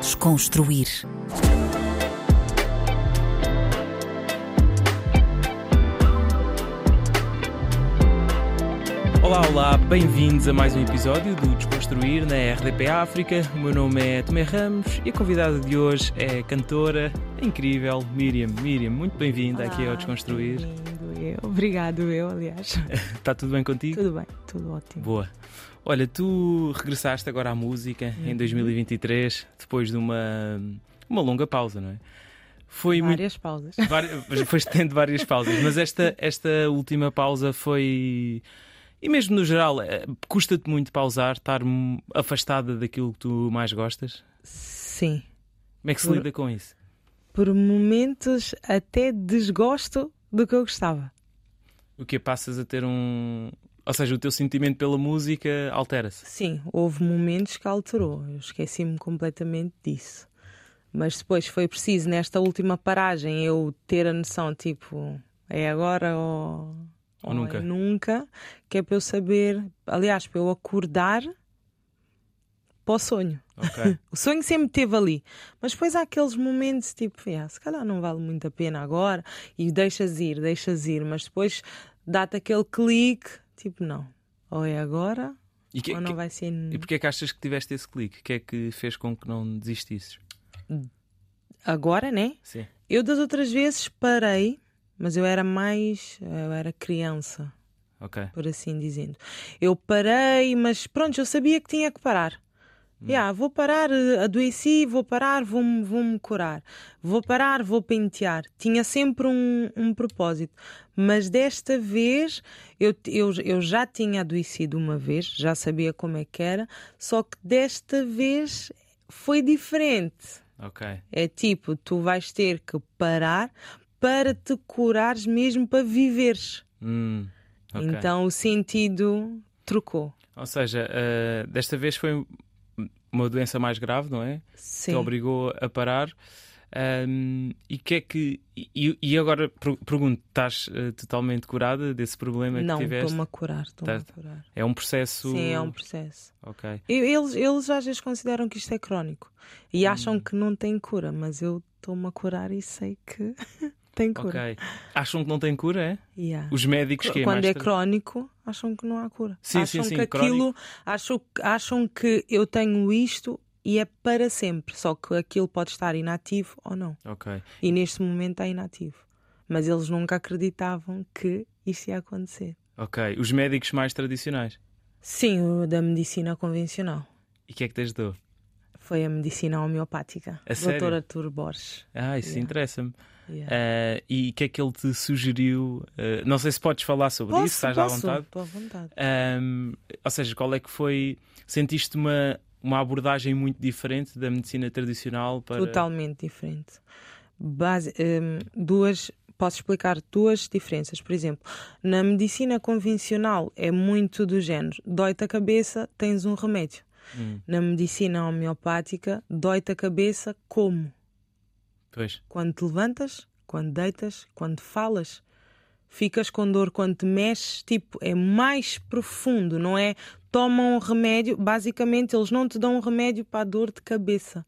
Desconstruir. Olá, olá, bem-vindos a mais um episódio do Desconstruir na RDP África. O meu nome é Tomé Ramos e a convidada de hoje é a cantora a incrível Miriam. Miriam, muito bem-vinda Olá, aqui ao Desconstruir. bem-vindo, eu. Obrigado, eu, aliás. Está tudo bem contigo? tudo bem, tudo ótimo. Boa. Olha, tu regressaste agora à música Uhum. em 2023, depois de uma, uma longa pausa, não é? Foi muito. Várias pausas. Vari- Foste tendo várias pausas, mas esta, esta última pausa foi. E mesmo no geral, eh, custa-te muito pausar, estar hum, afastada daquilo que tu mais gostas? Sim. Como é que se Por- lida com isso? Por momentos até desgosto do que eu gostava. O que passas a ter um. Ou seja, o teu sentimento pela música altera-se. Sim, houve momentos que alterou. Eu esqueci-me completamente disso. Mas depois foi preciso, nesta última paragem, eu ter a noção, tipo, é agora ou, Ou nunca. é nunca, que é para eu saber, aliás, para eu acordar para o sonho. Ok. O sonho sempre esteve ali. Mas depois há aqueles momentos tipo, "Yeah, se calhar não vale muito a pena agora, e deixas ir, deixas ir, mas depois dá-te aquele clique, tipo, não, ou é agora, E, que, ou não vai ser. que- e porquê é que achas que tiveste esse clique? O que é que fez com que não desistisses? Agora, né? Sim. Eu das outras vezes parei, mas eu era mais. Eu era criança, Ok. por assim dizendo. Eu parei, mas pronto, eu sabia que tinha que parar. Yeah, vou parar, eh, adoeci, vou parar, vou-me vou curar. Vou parar, vou pentear. Tinha sempre um, um propósito. Mas desta vez eu, t- eu, eu já tinha adoecido uma vez, já sabia como é que era, só que desta vez foi diferente. Ok. É tipo, tu vais ter que parar para te curares mesmo para viveres. Hum, ok. Então o sentido trocou. Ou seja, eh, desta vez foi uma doença mais grave, não é? Sim. te obrigou a parar. Ahm, e que é que. E, e agora per- pergunto: estás eh, totalmente curada desse problema Não, que tiveste? estou-me a curar, estou-me a Tá- curar. É um processo. Sim, é um processo. Ok. E- Eles, eles às vezes consideram que isto é crónico e Hum. acham que não tem cura, mas eu estou-me a curar e sei que tem cura. Ok. Acham que não tem cura, é? Yeah. Os médicos que Quando mais é tra- crónico, acham que não há cura. Sim, sim, acham sim, que aquilo, acham, que- acham que eu tenho isto e é para sempre, só que aquilo pode estar inativo ou não. Ok. E neste momento está inativo. Mas eles nunca acreditavam que isto ia acontecer. Ok. Os médicos mais tradicionais. Sim, o da medicina convencional. E que é que te ajudou? Foi a medicina homeopática. A sério? Dr. Artur Borges. Ah, isso Yeah. interessa-me. Yeah. Ah, e o que é que ele te sugeriu? Ah, não sei se podes falar sobre isso, estás à vontade. Estou à vontade. Ahm, ou seja, qual é que foi. Sentiste uma, uma abordagem muito diferente da medicina tradicional para. Totalmente diferente. Base- hum, duas, posso explicar duas diferenças. Por exemplo, na medicina convencional é muito do género: dói-te a cabeça, tens um remédio. Hum, Na medicina homeopática, dói-te a cabeça como? pois. Quando te levantas, quando deitas, quando falas. Ficas com dor quando te mexes, tipo, é mais profundo, não é? Tomam um remédio, basicamente eles não te dão um remédio para a dor de cabeça.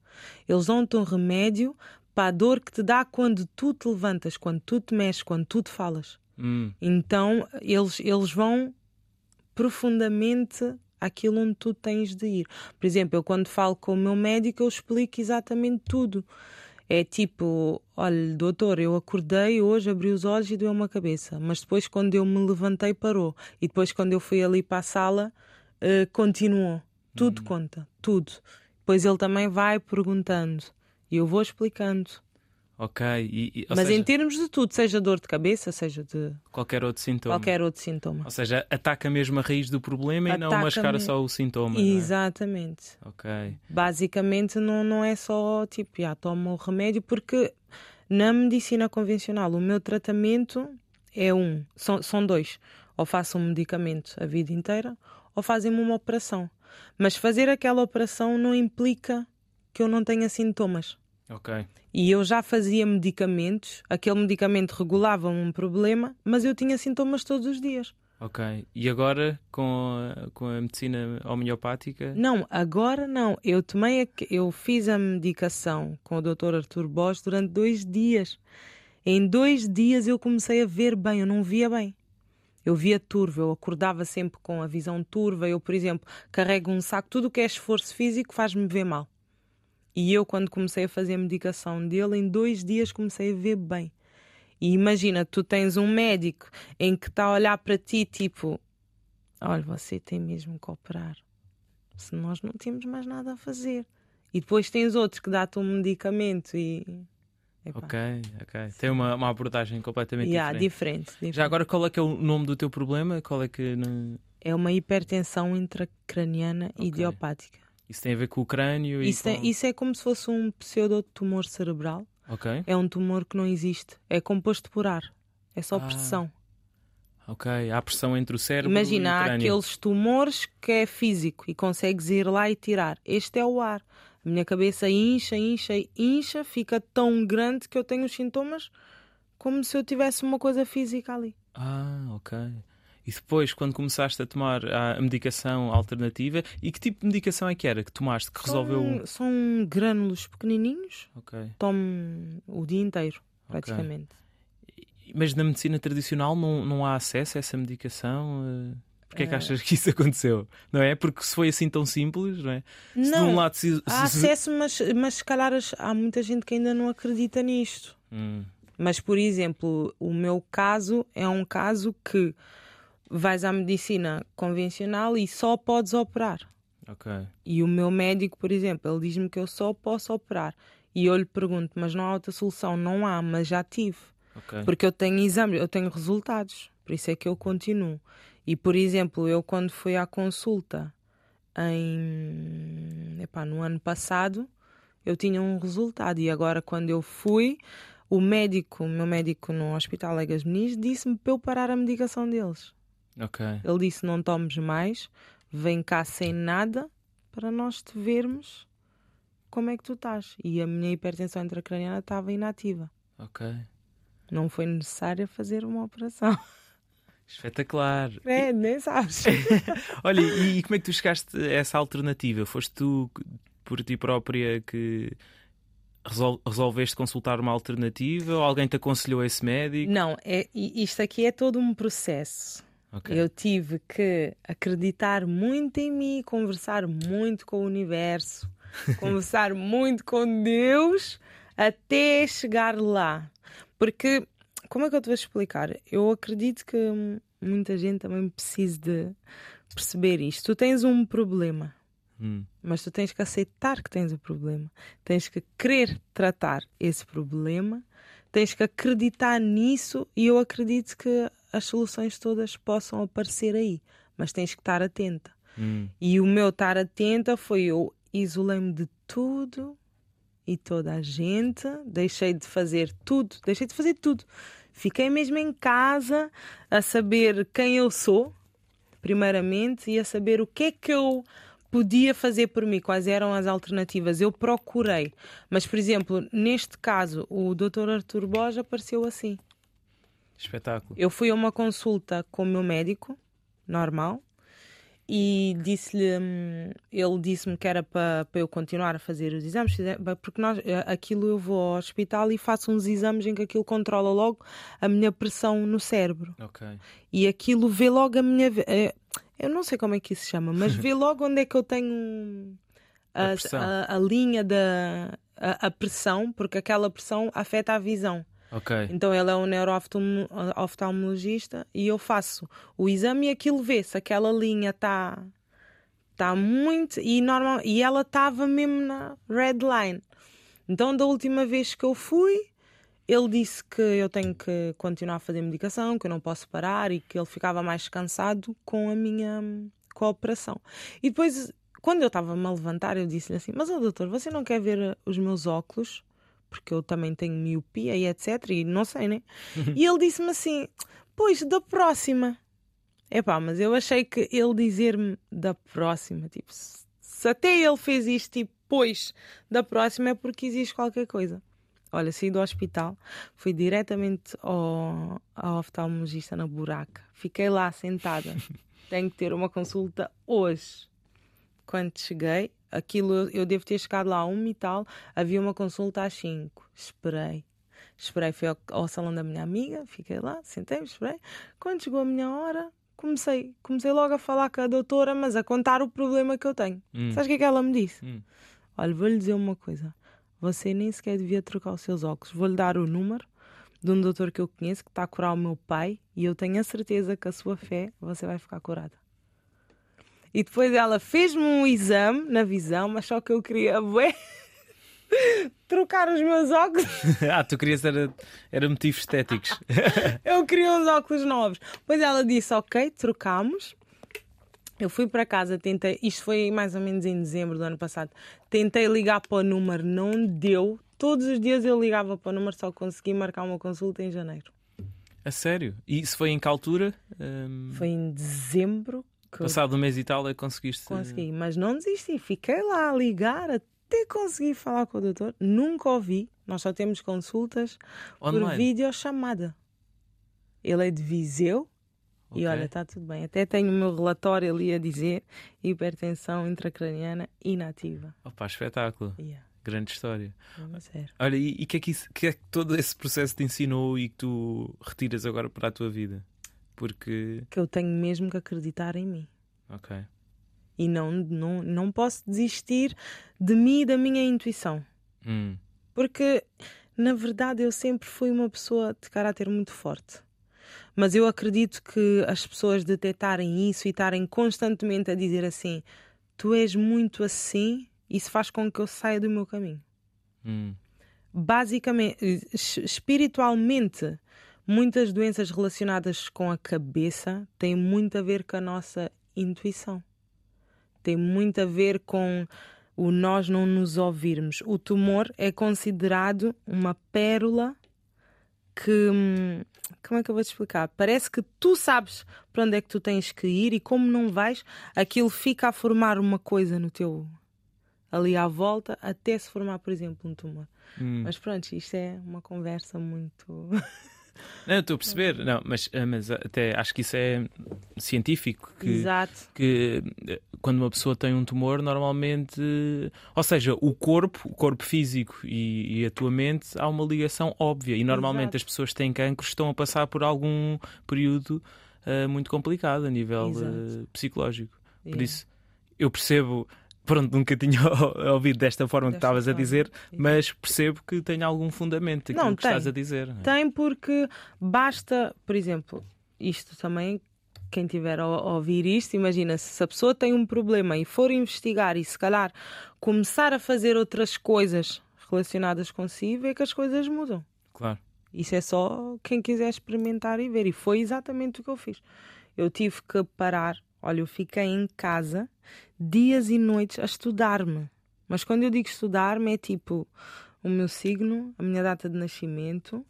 Eles dão-te um remédio para a dor que te dá quando tu te levantas, quando tu te mexes, quando tu te falas. Hum, Então eles, eles vão profundamente àquilo onde tu tens de ir. Por exemplo, eu quando falo com o meu médico, eu explico exatamente tudo. É tipo, olha, doutor, eu acordei hoje, abri os olhos e doeu-me a cabeça, mas depois quando eu me levantei parou, e depois quando eu fui ali para a sala, eh, continuou. Uhum. Tudo conta, tudo. Depois ele também vai perguntando e eu vou explicando. ok. E, e- ou mas seja, né? em termos de tudo, seja dor de cabeça, seja de qualquer outro sintoma. qualquer outro sintoma. Ou seja, ataca mesmo a raiz do problema e não Ataca mascara me- só o sintoma. não é? Exatamente. Ok. Basicamente, não, não é só tipo, já toma o remédio, porque na medicina convencional o meu tratamento é um, são, são dois. Ou faço um medicamento a vida inteira, ou fazem-me uma operação. Mas fazer aquela operação não implica que eu não tenha sintomas. Ok. E eu já fazia medicamentos, aquele medicamento regulava um problema, mas eu tinha sintomas todos os dias. Ok. E agora com a, com a medicina homeopática? Não, agora não. Eu tomei, a- eu fiz a medicação com o Dr. Artur Bosch durante dois dias. Em dois dias eu comecei a ver bem, eu não via bem. Eu via turva, eu acordava sempre com a visão turva. Eu, por exemplo, carrego um saco, tudo o que é esforço físico faz-me ver mal. E eu, quando comecei a fazer a medicação dele, em dois dias comecei a ver bem. E imagina, tu tens um médico em que está a olhar para ti, tipo: Olha, você tem mesmo que operar, se nós não temos mais nada a fazer. E depois tens outro que dá-te um medicamento e. Epá, Ok, ok. Tem uma, uma abordagem completamente yeah, diferente. diferente. diferente. Já agora, qual é que é o nome do teu problema? Qual é que. não- É uma hipertensão intracraniana Ok. idiopática. Isso tem a ver com o crânio e. Isso, tem- com- isso é como se fosse um pseudotumor cerebral. Ok, É um tumor que não existe. É composto por ar. É só Ah, pressão. ok. Há pressão entre o cérebro e Imagina, o há crânio. aqueles tumores que é físico e consegues ir lá e tirar. Este é o ar. A minha cabeça incha, incha, incha, fica tão grande que eu tenho os sintomas como se eu tivesse uma coisa física ali. Ah, ok. E depois, quando começaste a tomar a medicação alternativa, e que tipo de medicação é que era que tomaste que resolveu? São, são grânulos pequenininhos, Ok. tomo o dia inteiro, praticamente. Mas na medicina tradicional não, não há acesso a essa medicação? eh? Porquê é que achas que isso aconteceu? Não é? Porque se foi assim tão simples, não é? Se de um lado se- se- há se- acesso, mas, mas se calhar as- há muita gente que ainda não acredita nisto. Hum, Mas, por exemplo, o meu caso é um caso que vais à medicina convencional e só podes operar. ok. E o meu médico, por exemplo, ele diz-me que eu só posso operar. E eu lhe pergunto, mas não há outra solução? Não há, mas já tive. ok. Porque eu tenho exames, eu tenho resultados. Por isso é que eu continuo. E, por exemplo, eu quando fui à consulta em, epá, no ano passado, eu tinha um resultado. E agora, quando eu fui, o médico, o meu médico no Hospital Legas Meniz, disse-me para eu parar a medicação deles. Ok. Ele disse: Não tomes mais, vem cá sem nada para nós te vermos como é que tu estás. E a minha hipertensão intracraniana estava inativa. Ok. Não foi necessário fazer uma operação. Espetacular. É, nem sabes. Olha, e, e como é que tu chegaste a essa alternativa? Foste tu que- por ti própria que resol- resolveste consultar uma alternativa ou alguém te aconselhou esse médico? Não, é, i- isto aqui é todo um processo. Ok. Eu tive que acreditar muito em mim, conversar muito com o universo, conversar muito com Deus até chegar lá. Porque, como é que eu te vou explicar? Eu acredito que hum, muita gente também precisa de perceber isto. Tu tens um problema. Hum, Mas tu tens que aceitar que tens o problema. Tens que querer tratar esse problema. Tens que acreditar nisso e eu acredito que as soluções todas possam aparecer aí. Mas tens que estar atenta. hum. E o meu estar atenta foi eu isolei-me de tudo e toda a gente, deixei de fazer tudo, deixei de fazer tudo. Fiquei mesmo em casa a saber quem eu sou, primeiramente, e a saber o que é que eu podia fazer por mim, quais eram as alternativas. Eu procurei, mas por exemplo, neste caso, o Dr. Artur Borges apareceu assim. Espetáculo. Eu fui a uma consulta com o meu médico, normal, e disse-lhe, hum, ele disse-me que era para para eu continuar a fazer os exames, fize- bem, porque nós, eh, aquilo eu vou ao hospital e faço uns exames em que aquilo controla logo a minha pressão no cérebro. Ok. E aquilo vê logo a minha. ve- eh, Eu não sei como é que isso se chama, mas vê logo onde é que eu tenho A a, pressão. a- a linha da. A, a pressão, porque aquela pressão afeta a visão. Ok. Então ele é um neurooftalmologista e eu faço o exame e aquilo vê se aquela linha está tá muito e normal e ela estava mesmo na red line. Então da última vez que eu fui, ele disse que eu tenho que continuar a fazer medicação, que eu não posso parar e que ele ficava mais cansado com a minha hum, com a operação. E depois quando eu estava-me a levantar, eu disse-lhe assim: Mas, ó, doutor, você não quer ver eh, os meus óculos? porque eu também tenho miopia e etc. E não sei, né? e ele disse-me assim: Pois, da próxima. Epá, mas eu achei que ele dizer-me da próxima, tipo, se se até ele fez isto, tipo, pois, da próxima é porque existe qualquer coisa. Olha, saí do hospital, fui diretamente ao, ao oftalmologista na buraca. Fiquei lá sentada. Tenho que ter uma consulta hoje. Quando cheguei, aquilo eu, eu devo ter chegado lá a uma e tal, havia uma consulta às 5. Esperei. Esperei, fui ao, ao salão da minha amiga, fiquei lá, sentei-me, esperei. Quando chegou a minha hora, comecei, comecei logo a falar com a doutora, mas a contar o problema que eu tenho. Hum. Sabes o que é que ela me disse? Hum. Olha, vou-lhe dizer uma coisa. Você nem sequer devia trocar os seus óculos. Vou-lhe dar o número de um doutor que eu conheço que está a curar o meu pai e eu tenho a certeza que a sua fé você vai ficar curada. E depois ela fez-me um exame na visão, mas só que eu queria bué, trocar os meus óculos ah, tu querias era, era motivos estéticos. Eu queria uns óculos novos. Pois ela disse: Ok, trocámos. Eu fui para casa, tentei. Isto foi mais ou menos em dezembro do ano passado. Tentei ligar para o número, não deu. Todos os dias eu ligava para o número, só consegui marcar uma consulta em janeiro. a sério? E isso foi em que altura? Hum, Foi em dezembro que eu passado um mês e tal, é que conseguiste. consegui. Mas não desisti, fiquei lá a ligar até conseguir falar com o doutor. Nunca ouvi. Nós só temos consultas por Online? videochamada. Ele é de Viseu. Ok. E olha, está tudo bem. Até tenho o meu relatório ali a dizer hipertensão intracraniana inativa. Opa, espetáculo. Yeah, Grande história. vamos ver. Olha, e o que, é que, isso- que é que todo esse processo te ensinou e que tu retiras agora para a tua vida? Porque. Que eu tenho mesmo que acreditar em mim. Ok. E não, não, não posso desistir de mim e da minha intuição. Hum, Porque, na verdade, eu sempre fui uma pessoa de caráter muito forte. Mas eu acredito que as pessoas detectarem isso e estarem constantemente a dizer assim: tu és muito assim, isso faz com que eu saia do meu caminho. hum, basicamente, es- espiritualmente, muitas doenças relacionadas com a cabeça têm muito a ver com a nossa intuição. Tem muito a ver com o nós não nos ouvirmos. O tumor é considerado uma pérola que. hum, Como é que eu vou te explicar? Parece que tu sabes para onde é que tu tens que ir e como não vais, aquilo fica a formar uma coisa no teu. ali à volta, até se formar, por exemplo, um tumor. hum. Mas pronto, isto é uma conversa muito. Não, eu estou a perceber. Não, mas, ah, mas até acho que isso é científico. Que, Exato. que eh, quando uma pessoa tem um tumor, normalmente. eh, Ou seja, o corpo, o corpo físico e, e a tua mente, há uma ligação óbvia. E normalmente Exato. as pessoas que têm cancro estão a passar por algum período eh, muito complicado a nível Exato. eh, psicológico. Por Yeah. isso, eu percebo. Pronto, nunca tinha ouvido desta forma que Desta estavas a forma, dizer, yeah. mas percebo que tem algum fundamento aquilo Não, que tem. estás a dizer. não é? Tem porque basta, por exemplo, isto também, quem tiver a a ouvir isto, imagina se a pessoa tem um problema e for investigar e se calhar começar a fazer outras coisas relacionadas consigo, é que as coisas mudam. Claro. Isso é só quem quiser experimentar e ver. E foi exatamente o que eu fiz. Eu tive que parar. Olha, eu fiquei em casa dias e noites a estudar-me. Mas quando eu digo estudar-me, é tipo o meu signo, a minha data de nascimento,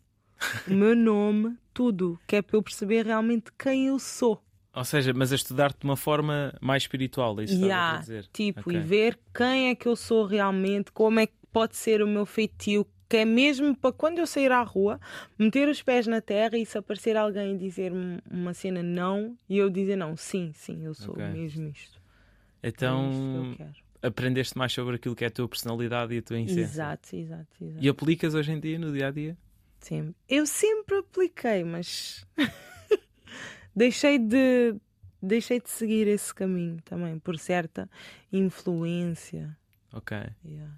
o meu nome, tudo. Que é para eu perceber realmente quem eu sou. Ou seja, mas a estudar-te de uma forma mais espiritual, é isso que Yeah, estavas a dizer. Tipo, Ok. e ver quem é que eu sou realmente, como é que pode ser o meu feitio, que é mesmo para quando eu sair à rua, meter os pés na terra e se aparecer alguém e dizer-me uma cena não, e eu dizer não, sim, sim, eu sou Ok. mesmo isto. é isto que eu Então quero. aprendeste mais sobre aquilo que é a tua personalidade e a tua essência. Exato, exato, exato. E aplicas hoje em dia no dia a dia? Sempre. Eu sempre apliquei, mas deixei de deixei de seguir esse caminho também, por certa influência. Ok, Yeah.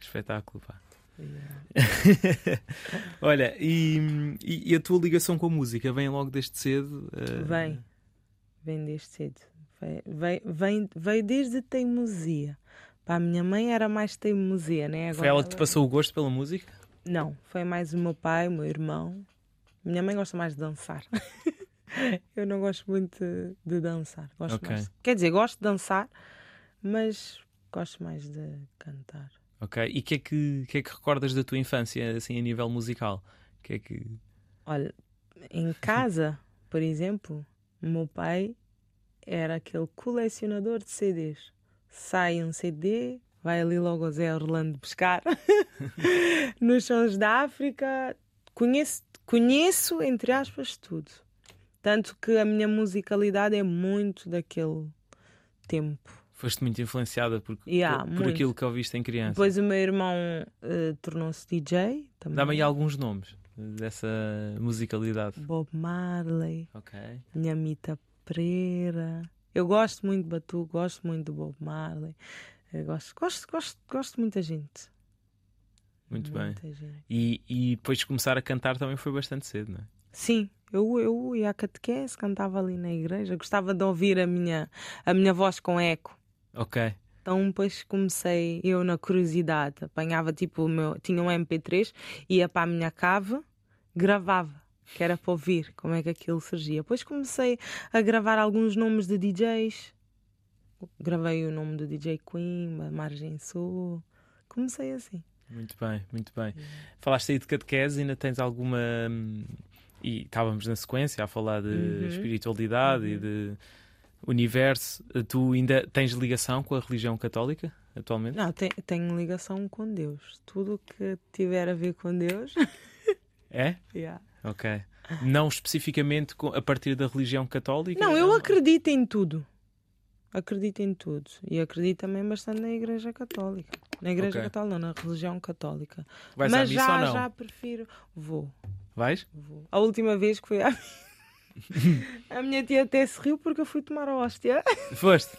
espetáculo, pá. Yeah. Olha, e, e- e a tua ligação com a música vem logo desde cedo? eh, Vem, vem desde cedo. Vem, vem, vem, veio desde teimosia. Pá, a minha mãe era mais teimosia, né? Foi ela que te passou o gosto pela música? Não, foi mais o meu pai, o meu irmão. Minha mãe gosta mais de dançar. Eu não gosto muito de, de dançar. Gosto Ok. mais. Quer dizer, gosto de dançar, mas gosto mais de cantar. Ok, e o que, é que, que é que recordas da tua infância, assim, a nível musical? Que é que... Olha, em casa, por exemplo, o meu pai era aquele colecionador de CDs. Sai um CD, vai ali logo ao Zé Orlando buscar nos sons da África. Conheço, conheço, entre aspas, tudo. Tanto que a minha musicalidade é muito daquele tempo. Foste muito influenciada por, Yeah, por, por muito. aquilo que ouviste em criança. Depois o meu irmão eh, tornou-se DJ também. Dá-me aí alguns nomes dessa musicalidade. Bob Marley, Ok. Nhamita Pereira. Eu gosto muito de Batu, gosto muito do Bob Marley. Eu gosto, gosto, gosto, gosto de muita gente. Muito bem. Muita gente. E, e depois de começar a cantar também foi bastante cedo, não é? Sim, eu, eu ia à catequese, cantava ali na igreja, gostava de ouvir a minha, a minha voz com eco. Ok. Então depois comecei eu na curiosidade, apanhava tipo o meu, tinha um MP3, ia para a minha cave, gravava, que era para ouvir como é que aquilo surgia. Depois comecei a gravar alguns nomes de DJs. Gravei o nome do DJ Coimbra, Margem Sul. Comecei assim. Muito bem, muito bem. Falaste aí de catequese, ainda tens alguma. hum, E estávamos na sequência a falar de Uhum. espiritualidade e de universo. Tu ainda tens ligação com a religião católica atualmente? Não, te- tenho ligação com Deus. Tudo o que tiver a ver com Deus. É? yeah. Ok. Não especificamente com- a partir da religião católica? Não, eu acredito em tudo. Acredito em tudo. E acredito também bastante na Igreja Católica. Na Igreja Ok. Católica, não, na religião católica. Vais à Mas missa já, ou não? já prefiro. Vou, Vais? vou. A última vez que fui à... a minha tia até se riu porque eu fui tomar a hóstia. Foste?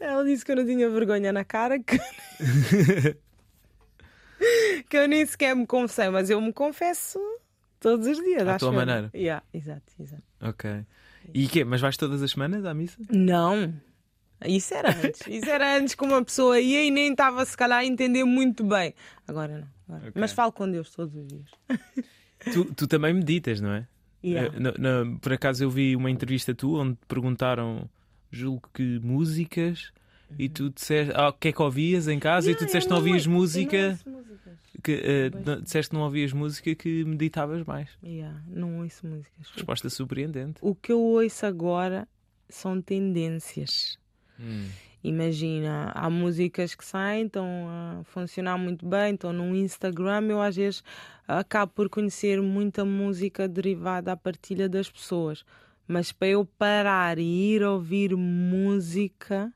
Ela disse que eu não tinha vergonha na cara, que, que eu nem sequer me confessei, mas eu me confesso todos os dias. À acho tua eu. maneira. Yeah, exato, exato. Ok. E quê? Mas vais todas as semanas à missa? Não. Isso era antes. Isso era antes que uma pessoa ia e nem estava, se calhar, a entender muito bem. Agora não. agora. Ok. Mas falo com Deus todos os dias. Tu, tu também meditas, não é? Yeah. Eh, na- na- por acaso eu vi uma entrevista tua onde te perguntaram, julgo que músicas, e tu disseste ah, o que é que ouvias em casa e tu Yeah, disseste eu que não ouvias eu não música, ouço músicas. que, eh, Não não- disseste que não ouvias música que meditavas mais. Yeah, não ouço músicas. Resposta surpreendente. O que eu ouço agora são tendências. Hum. Imagina, há músicas que saem, estão a funcionar muito bem, estão no Instagram. Eu às vezes acabo por conhecer muita música derivada à partilha das pessoas. Mas para eu parar e ir ouvir música,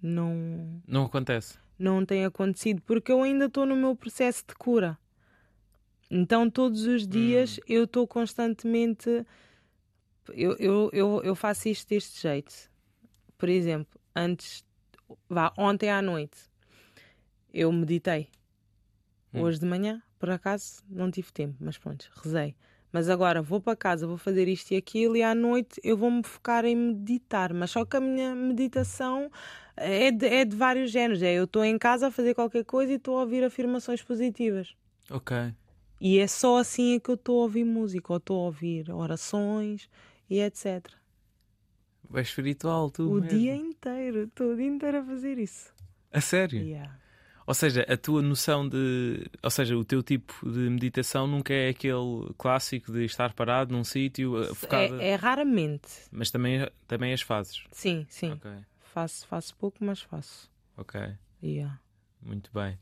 não, Não acontece. não tem acontecido, porque eu ainda estou no meu processo de cura. Então, todos os dias eu estou constantemente. Eu, eu, eu, eu faço isto deste jeito. Por exemplo, antes. Vá, ontem à noite eu meditei. Hum. Hoje de manhã, por acaso, não tive tempo, mas pronto, rezei. Mas agora vou para casa, vou fazer isto e aquilo, e à noite eu vou-me focar em meditar. Mas só que a minha meditação é de, é de vários géneros. É eu estou em casa a fazer qualquer coisa e estou a ouvir afirmações positivas. Ok. E é só assim é que eu estou a ouvir música, ou estou a ouvir orações e etc. É espiritual, tu. o mesmo. dia inteiro, estou o dia inteiro a fazer isso. A sério. Yeah. Ou seja, a tua noção de. Ou seja, o teu tipo de meditação nunca é aquele clássico de estar parado num sítio, eh, focado. É, é raramente. Mas também, também as fazes. Sim, sim. Ok, Faço, faço pouco, mas faço. ok. Yeah. Muito bem.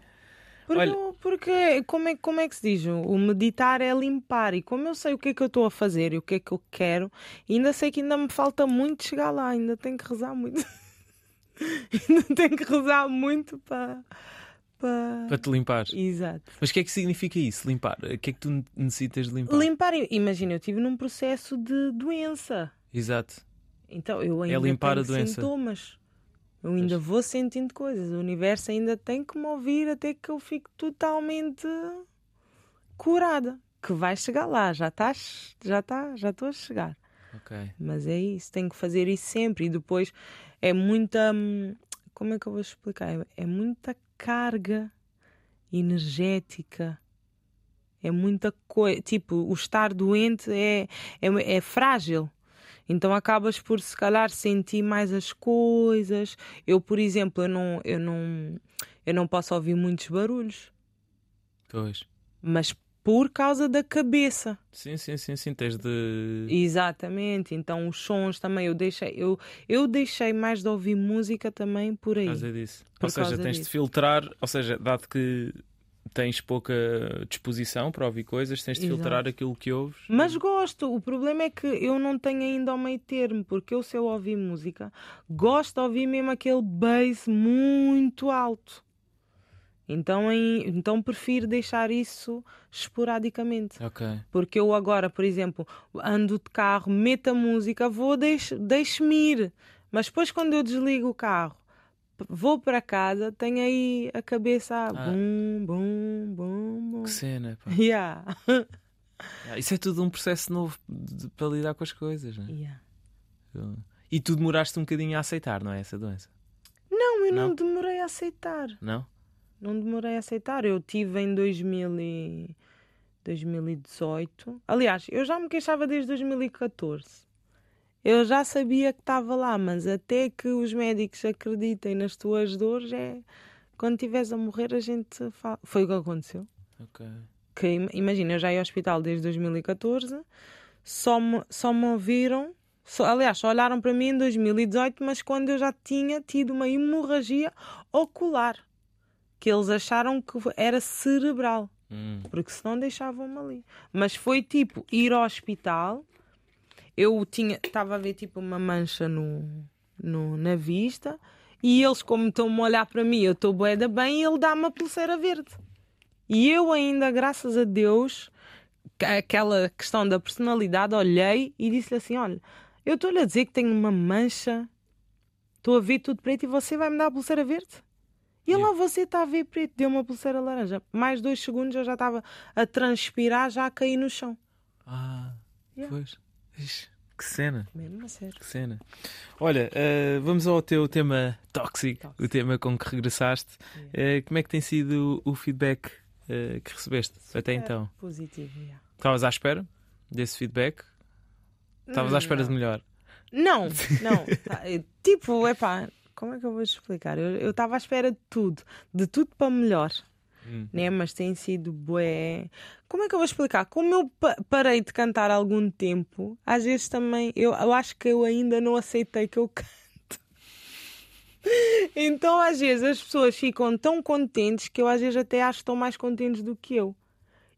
Porque, Olha- eu- porque como, é, como é que se diz? O o meditar é limpar. E como eu sei o que é que eu estou a fazer e o que é que eu quero, ainda sei que ainda me falta muito chegar lá. Ainda tenho que rezar muito. ainda tenho que rezar muito para. para... Para te limpar. Exato. Mas o que é que significa isso, limpar? O que é que tu necessitas de limpar? Limpar, imagina, eu tive num processo de doença. Exato. Então eu ainda É limpar tenho a doença. sintomas. Eu ainda vou sentindo coisas. O universo ainda tem que me ouvir até que eu fique totalmente curada. Que vai chegar lá, já estás, já está, já estou a chegar. Ok. Mas é isso, tenho que fazer isso sempre. E depois é muita. hum, Como é que eu vou explicar? É, é muita carga energética. É muita coisa. Tipo, o estar doente é, é, é frágil. Então acabas por, se calhar, sentir mais as coisas. Eu, por exemplo, eu não, eu não, eu não posso ouvir muitos barulhos Pois. mas por causa da cabeça. Sim, sim, sim, sim. Tens de. Exatamente. Então os sons também eu deixei, eu, eu deixei mais de ouvir música também por Por aí. causa disso. Por ou seja, causa tens de disso. filtrar, ou seja, dado que tens pouca disposição para ouvir coisas, tens de Exato. filtrar aquilo que ouves. Mas gosto, o problema é que eu não tenho ainda o meio termo, porque eu se eu ouvir música, gosto de ouvir mesmo aquele bass muito alto. Então, em- então prefiro deixar isso esporadicamente. Ok. Porque eu agora, por exemplo, ando de carro, meto a música, vou, deixo- deixo-me ir. Mas depois, quando eu desligo o carro, p- vou para casa, tenho aí a cabeça. Ah. Bum, bum, bum, bum. Que cena, pá. Hum. Yeah. Ah, Isso é tudo um processo novo de- para lidar com as coisas, né? yeah. Hum. E tu demoraste um bocadinho a aceitar, não é? Essa doença, Não, eu não. Não? demorei a aceitar. não? Não demorei a aceitar. Eu tive em 2000 e- 2018. Aliás, eu já me queixava desde 2014. Eu já sabia que estava lá, mas até que os médicos acreditem nas tuas dores, é quando estiveres a morrer, a gente fala. Foi o que aconteceu. Ok. Que, im- imagina, eu já ia ao hospital desde 2014, só me, só me ouviram, só- aliás, só olharam para mim em 2018, mas quando eu já tinha tido uma hemorragia ocular, que eles acharam que era cerebral, Hum. porque senão deixavam-me ali. Mas foi tipo ir ao hospital, eu tinha, estava a ver tipo uma mancha no, no- na vista, e eles, como estão-me a olhar para mim, eu estou bué da bem, e ele dá-me a pulseira verde. E eu ainda, graças a Deus, que- aquela questão da personalidade, olhei e disse-lhe assim: Olha, eu estou-lhe a dizer que tenho uma mancha, estou a ver tudo preto e você vai me dar a pulseira verde? E lá você está a ver preto, deu uma pulseira laranja. Mais dois segundos eu já estava a transpirar, já a cair no chão. Ah, Yeah. pois. Ixi, que cena, Mesmo a sério. que cena. Olha, eh, vamos ao teu tema tóxico, Tóxico. o tema com que regressaste. Eh, como é que tem sido o feedback eh, que recebeste até Super então? Positivo, yeah. Estavas à espera desse feedback? Estavas à Hum. espera de melhor? Não, não. Tá, eh, tipo, epá, como é que eu vou te explicar? Eu eu estava à espera de tudo, de tudo para melhor. Hum. Né? Mas tem sido bué. Como é que eu vou explicar? Como eu pa- parei de cantar há algum tempo, às vezes também eu, eu acho que eu ainda não aceitei que eu canto. Então, às vezes, as pessoas ficam tão contentes que eu às vezes até acho que estão mais contentes do que eu.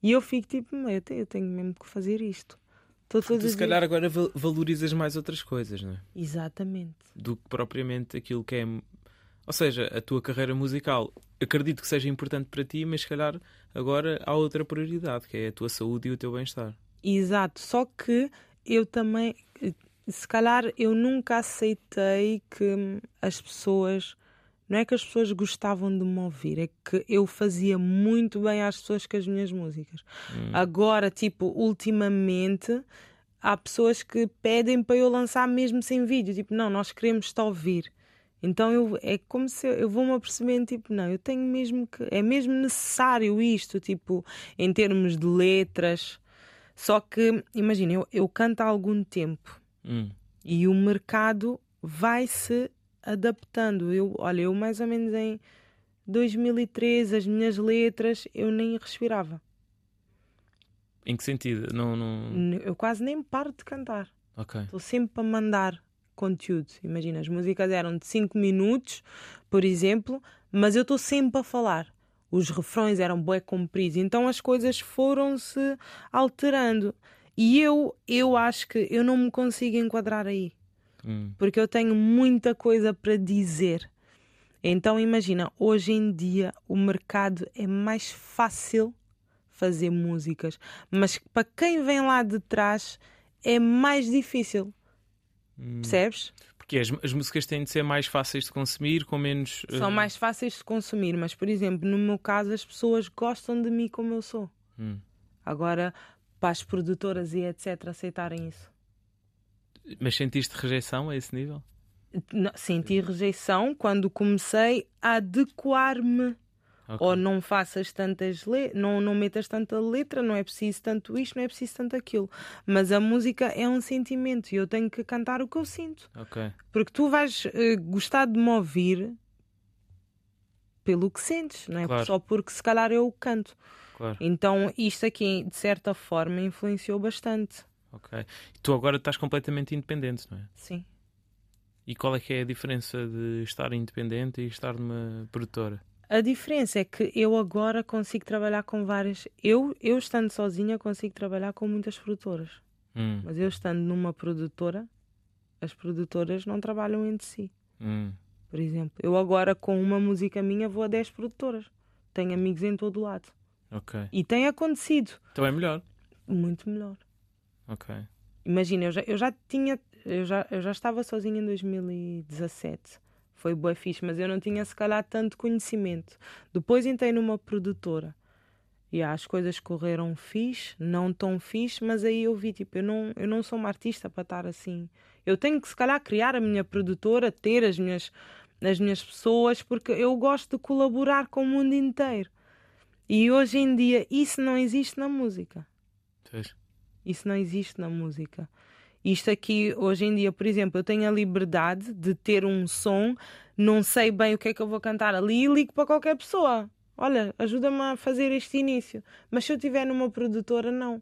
E eu fico tipo, "Meu, eu te- eu tenho mesmo que fazer isto. Estou todos Tu, os Então, se dias- calhar, agora val- valorizas mais outras coisas, não é? Exatamente. do que propriamente aquilo que é. Ou seja, a tua carreira musical acredito que seja importante para ti, mas se calhar agora há outra prioridade, que é a tua saúde e o teu bem-estar. Exato, só que eu também, se calhar eu nunca aceitei que as pessoas, não é que as pessoas gostavam de me ouvir, é que eu fazia muito bem às pessoas com as minhas músicas. Agora, tipo, ultimamente, há pessoas que pedem para eu lançar mesmo sem vídeo, tipo, não, nós queremos te ouvir. Então eu, é como se eu, eu vou-me apercebendo, tipo, não, eu tenho mesmo que, é mesmo necessário isto, tipo, em termos de letras. Só que, imagina, eu, eu canto há algum tempo Hum. e o mercado vai se adaptando. Eu, olha, eu mais ou menos em 2013, as minhas letras, eu nem respirava. Em que sentido? Não, não... N- Eu quase nem paro de cantar. Ok. Estou sempre a mandar conteúdo. Imagina, as músicas eram de 5 minutos, por exemplo, mas eu estou sempre a falar. Os refrões eram bué compridos, então as coisas foram-se alterando. E eu, eu acho que eu não me consigo enquadrar aí, Hum. porque eu tenho muita coisa para dizer. Então imagina, hoje em dia o mercado é mais fácil fazer músicas, mas para quem vem lá de trás é mais difícil. Hum. Percebes? Porque as, as músicas têm de ser mais fáceis de consumir, com menos. eh, São mais fáceis de consumir, mas, por exemplo, no meu caso, as pessoas gostam de mim como eu sou. hum. Agora, para as produtoras e etc. aceitarem isso. Mas sentiste rejeição a esse nível? Não, Senti rejeição quando comecei a adequar-me. Ok. Ou não faças tantas le... não, não metas tanta letra, não é preciso tanto isto, não é preciso tanto aquilo. Mas a música é um sentimento e eu tenho que cantar o que eu sinto. Ok. Porque tu vais eh, gostar de me ouvir pelo que sentes, não é? Claro. Só porque se calhar eu canto. Claro. Então, isto aqui, de certa forma, influenciou bastante. Ok. E tu agora estás completamente independente, não é? Sim. E qual é que é a diferença de estar independente e estar numa produtora? A diferença é que eu agora consigo trabalhar com várias. Eu, eu estando sozinha, consigo trabalhar com muitas produtoras. Hum, Mas eu estando numa produtora, as produtoras não trabalham entre si. hum. Por exemplo, eu agora com uma música minha vou a 10 produtoras. Tenho amigos em todo o lado. Ok. E tem acontecido. Então é melhor. Muito melhor. Ok. Imagina, eu já, eu já tinha. Eu já, eu já estava sozinha em 2017. Foi boa fixe, mas eu não tinha se calhar tanto conhecimento. Depois entrei numa produtora. E ah, as coisas correram fixe, não tão fixe, mas aí eu vi, tipo, eu não, eu não sou uma artista para estar assim. Eu tenho que, se calhar, criar a minha produtora, ter as minhas, as minhas pessoas, porque eu gosto de colaborar com o mundo inteiro. E hoje em dia isso não existe na música. Pois. Isso não existe na música. Isto aqui, hoje em dia, por exemplo, eu tenho a liberdade de ter um som, não sei bem o que é que eu vou cantar ali e ligo para qualquer pessoa. Olha, ajuda-me a fazer este início. Mas se eu tiver numa produtora, não.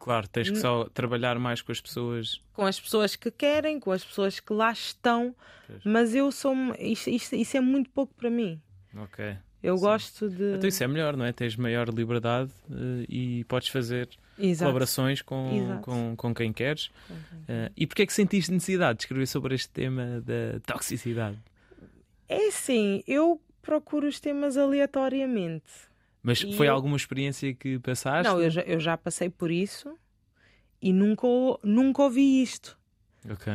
Claro, tens que só trabalhar mais com as pessoas. Com as pessoas que querem, com as pessoas que lá estão. Pois. Mas eu sou. um, Isto, isto- isso é muito pouco para mim. Ok. Eu Sim. gosto de. Então isso é melhor, não é? Tens maior liberdade eh, e podes fazer Exato. colaborações com, Exato. com, com quem queres. Eh, e porquê é que sentiste necessidade de escrever sobre este tema da toxicidade? É assim, eu procuro os temas aleatoriamente. Mas E foi eu- alguma experiência que passaste? Não, eu já, eu já passei por isso e nunca, o- nunca ouvi isto. Ok.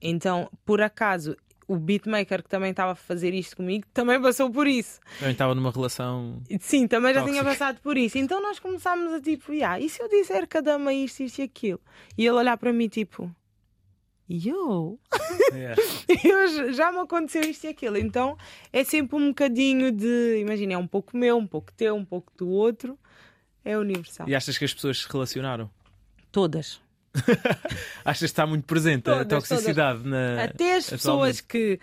Então, por acaso, o beatmaker que também estava a fazer isto comigo também passou por isso. Eu estava numa relação. E Sim, também já tinha Tóxico. passado por isso. Então nós começámos a tipo, "Ya, e se eu disser que a dama é isto, isto e aquilo? E ele olhar para mim tipo, yo, eu, j- já me aconteceu isto e aquilo. Então é sempre um bocadinho de, imagina, é um pouco meu, um pouco teu, um pouco do outro. É universal. E achas que as pessoas se relacionaram? Todas. Achas que está muito presente a Todas, toxicidade na. Até as pessoas É, atualmente. que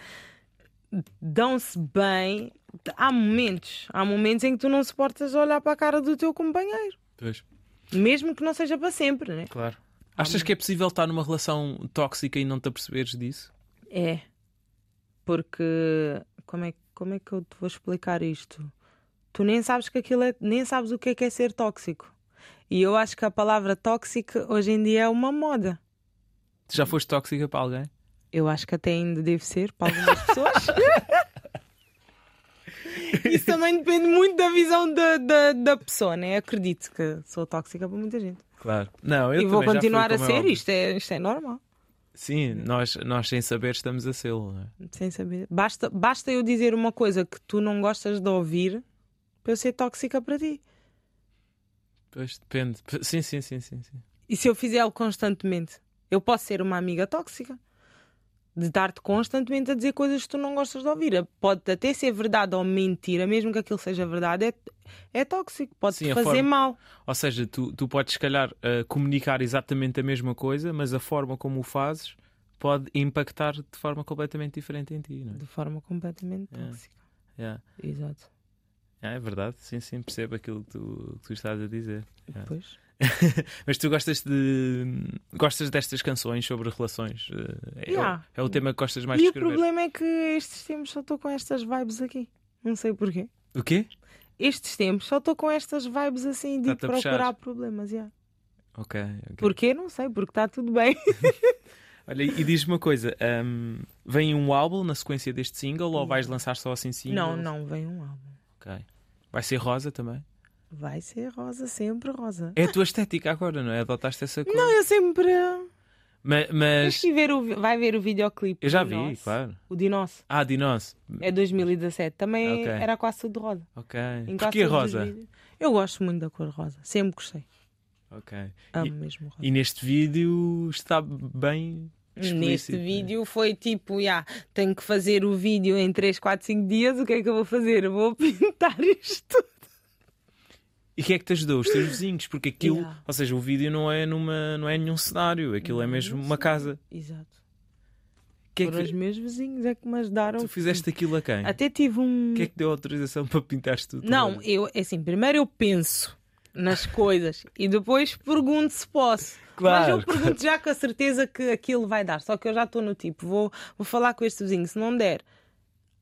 dão-se bem, há momentos, há momentos em que tu não suportas olhar para a cara do teu companheiro, Pois, mesmo que não seja para sempre, né? claro. Achas que é possível estar numa relação tóxica e não te aperceberes disso? É. Porque como é, como é que eu te vou explicar isto? Tu nem sabes que aquilo é, nem sabes o que é que é ser tóxico. E eu acho que a palavra tóxica hoje em dia é uma moda. Tu Hum. já foste tóxica para alguém? Eu acho que até ainda deve ser para algumas pessoas. Isso também depende muito da visão da, da, da pessoa, né? Acredito que sou tóxica para muita gente. Claro. Não, eu e vou também já fui, continuar a como é ser, óbvio. isto é, isto é normal. Sim, nós, nós sem saber estamos a sê-lo. não é? Sem saber. Basta, basta eu dizer uma coisa que tu não gostas de ouvir para eu ser tóxica para ti. Pois depende. P- Sim, sim, sim, sim. sim. E se eu fizer algo constantemente, eu posso ser uma amiga tóxica. De estar-te constantemente a dizer coisas que tu não gostas de ouvir. Pode até ser verdade ou mentira, mesmo que aquilo seja verdade, é, é tóxico, pode-te Sim, a fazer forma- mal. Ou seja, tu, tu podes, se calhar, eh, comunicar exatamente a mesma coisa, mas a forma como o fazes pode impactar de forma completamente diferente em ti, não De forma completamente É. tóxica. é? Yeah. Exato. Ah, é verdade, sim, sim, percebo aquilo que tu, que tu estás a dizer. É. Pois. Mas tu gostas de gostas destas canções sobre relações? Eh, É, Yeah. o, é o tema que gostas mais e de o escrever. problema é que estes tempos só estou com estas vibes aqui. Não sei porquê. O quê? Estes tempos só estou com estas vibes assim de Está-te a puxar. procurar problemas. Yeah. Ok, ok. Porquê? Não sei, porque está tudo bem. Olha, e diz-me uma coisa: ahm, vem um álbum na sequência deste single ou vais lançar só assim singles? Hum. Não, não vem um álbum. Ok. Vai ser rosa também? Vai ser rosa, sempre rosa. É a tua estética agora, não é? Adotaste essa cor. Não, eu sempre. Ma- Tens Mas. que ver o, vi- vai ver o videoclipe. Eu já do vi, nosso. claro. O de nosso. Ah, de nós. É 2017. Também Ok. era quase tudo rosa. Ok. Em quase Porquê todos os rosa? vídeos. Eu gosto muito da cor rosa. Sempre gostei. Ok. Amo E- mesmo rosa. E neste vídeo está bem. Neste explícito, não é? vídeo foi tipo, já, tenho que fazer o vídeo em 3, 4, 5 dias. O que é que eu vou fazer? Eu Vou pintar isto. E o que é que te ajudou? Os teus vizinhos, porque aquilo, Yeah. ou seja, o vídeo não é, numa, não é nenhum cenário, aquilo é mesmo uma casa. Exato. O que é Foram os que meus vizinhos é que me ajudaram. tu fizeste aquilo a quem? Até tive um. O que é que deu autorização para pintares tudo? Não, eu, é assim, primeiro eu penso. nas coisas e depois pergunto se posso. Claro. Mas eu pergunto já com a certeza que aquilo vai dar. Só que eu já estou no tipo, vou, vou falar com este vizinho. Se não der,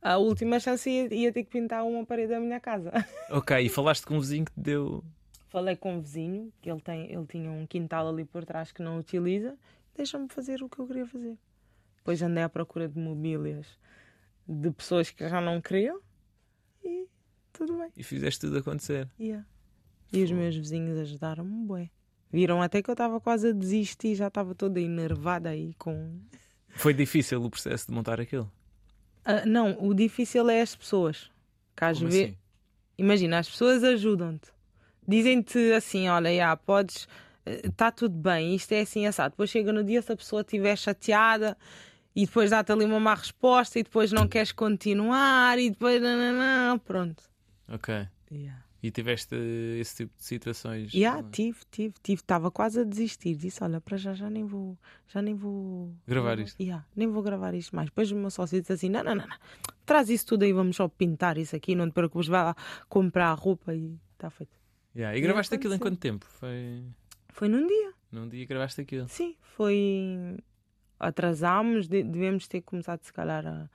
a última chance ia, ia ter que pintar uma parede da minha casa. Ok, e falaste com um vizinho que te deu. Falei com um vizinho, que ele, tem, ele tinha um quintal ali por trás que não utiliza. Deixa-me fazer o que eu queria fazer. Depois andei à procura de mobílias de pessoas que já não queriam e tudo bem. E fizeste tudo acontecer. Yeah. E os meus vizinhos ajudaram-me, bué. Viram até que eu estava quase a desistir, já estava toda enervada aí com. Foi difícil o processo de montar aquilo. Ah, não, o difícil é as pessoas. Que às Como ve- assim? Imagina, as pessoas ajudam-te. Dizem-te assim: olha, já, podes. Está tudo bem, isto é assim assado. Depois chega no dia, se a pessoa estiver chateada e depois dá-te ali uma má resposta e depois não queres continuar e depois. nananã, pronto. Ok. Yeah. E tiveste eh, esse tipo de situações. Yeah, eh, tive, tive, tive. Estava quase a desistir. Disse: Olha, para já já nem vou, já nem vou Gravar nem vou- isto. Yeah, nem vou gravar isto mais. Depois o meu sócio disse assim: Não, não, não, não. traz isso tudo aí, vamos só pintar isso aqui. Não te preocupes, vai lá comprar a roupa e está feito. yeah. E gravaste aquilo aconteceu. em quanto tempo? Foi. Foi num dia, Num dia gravaste aquilo. sim. Foi. Atrasámos, de- devemos ter começado se calhar a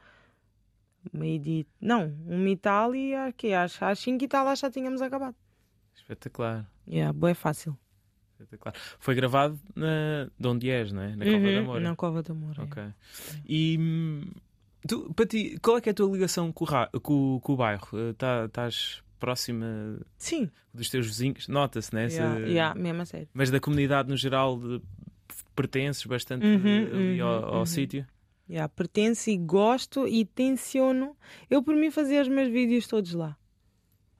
meio-dia. Não, uma e tal e aqui, às 5 e tal acho que já tínhamos acabado. Espetacular. Yeah, boa, é fácil. Espetacular. Foi gravado na... de onde és, não é? Na Cova da Uhum, Moura. Na Cova é. do Amor. Ok. E hum, tu, para ti, qual é que é a tua ligação com o, ra- com, o- com o bairro? Eh, tá, Estás próxima Sim, dos teus vizinhos? Nota-se, né? Se- yeah, yeah, mesmo assim. a sério. Mas da comunidade no geral de- pertences bastante Uhum, ali ao, uhum, ao uhum. sítio? Yeah, pertenço e gosto e tenciono. Eu, por mim, fazia os meus vídeos todos lá.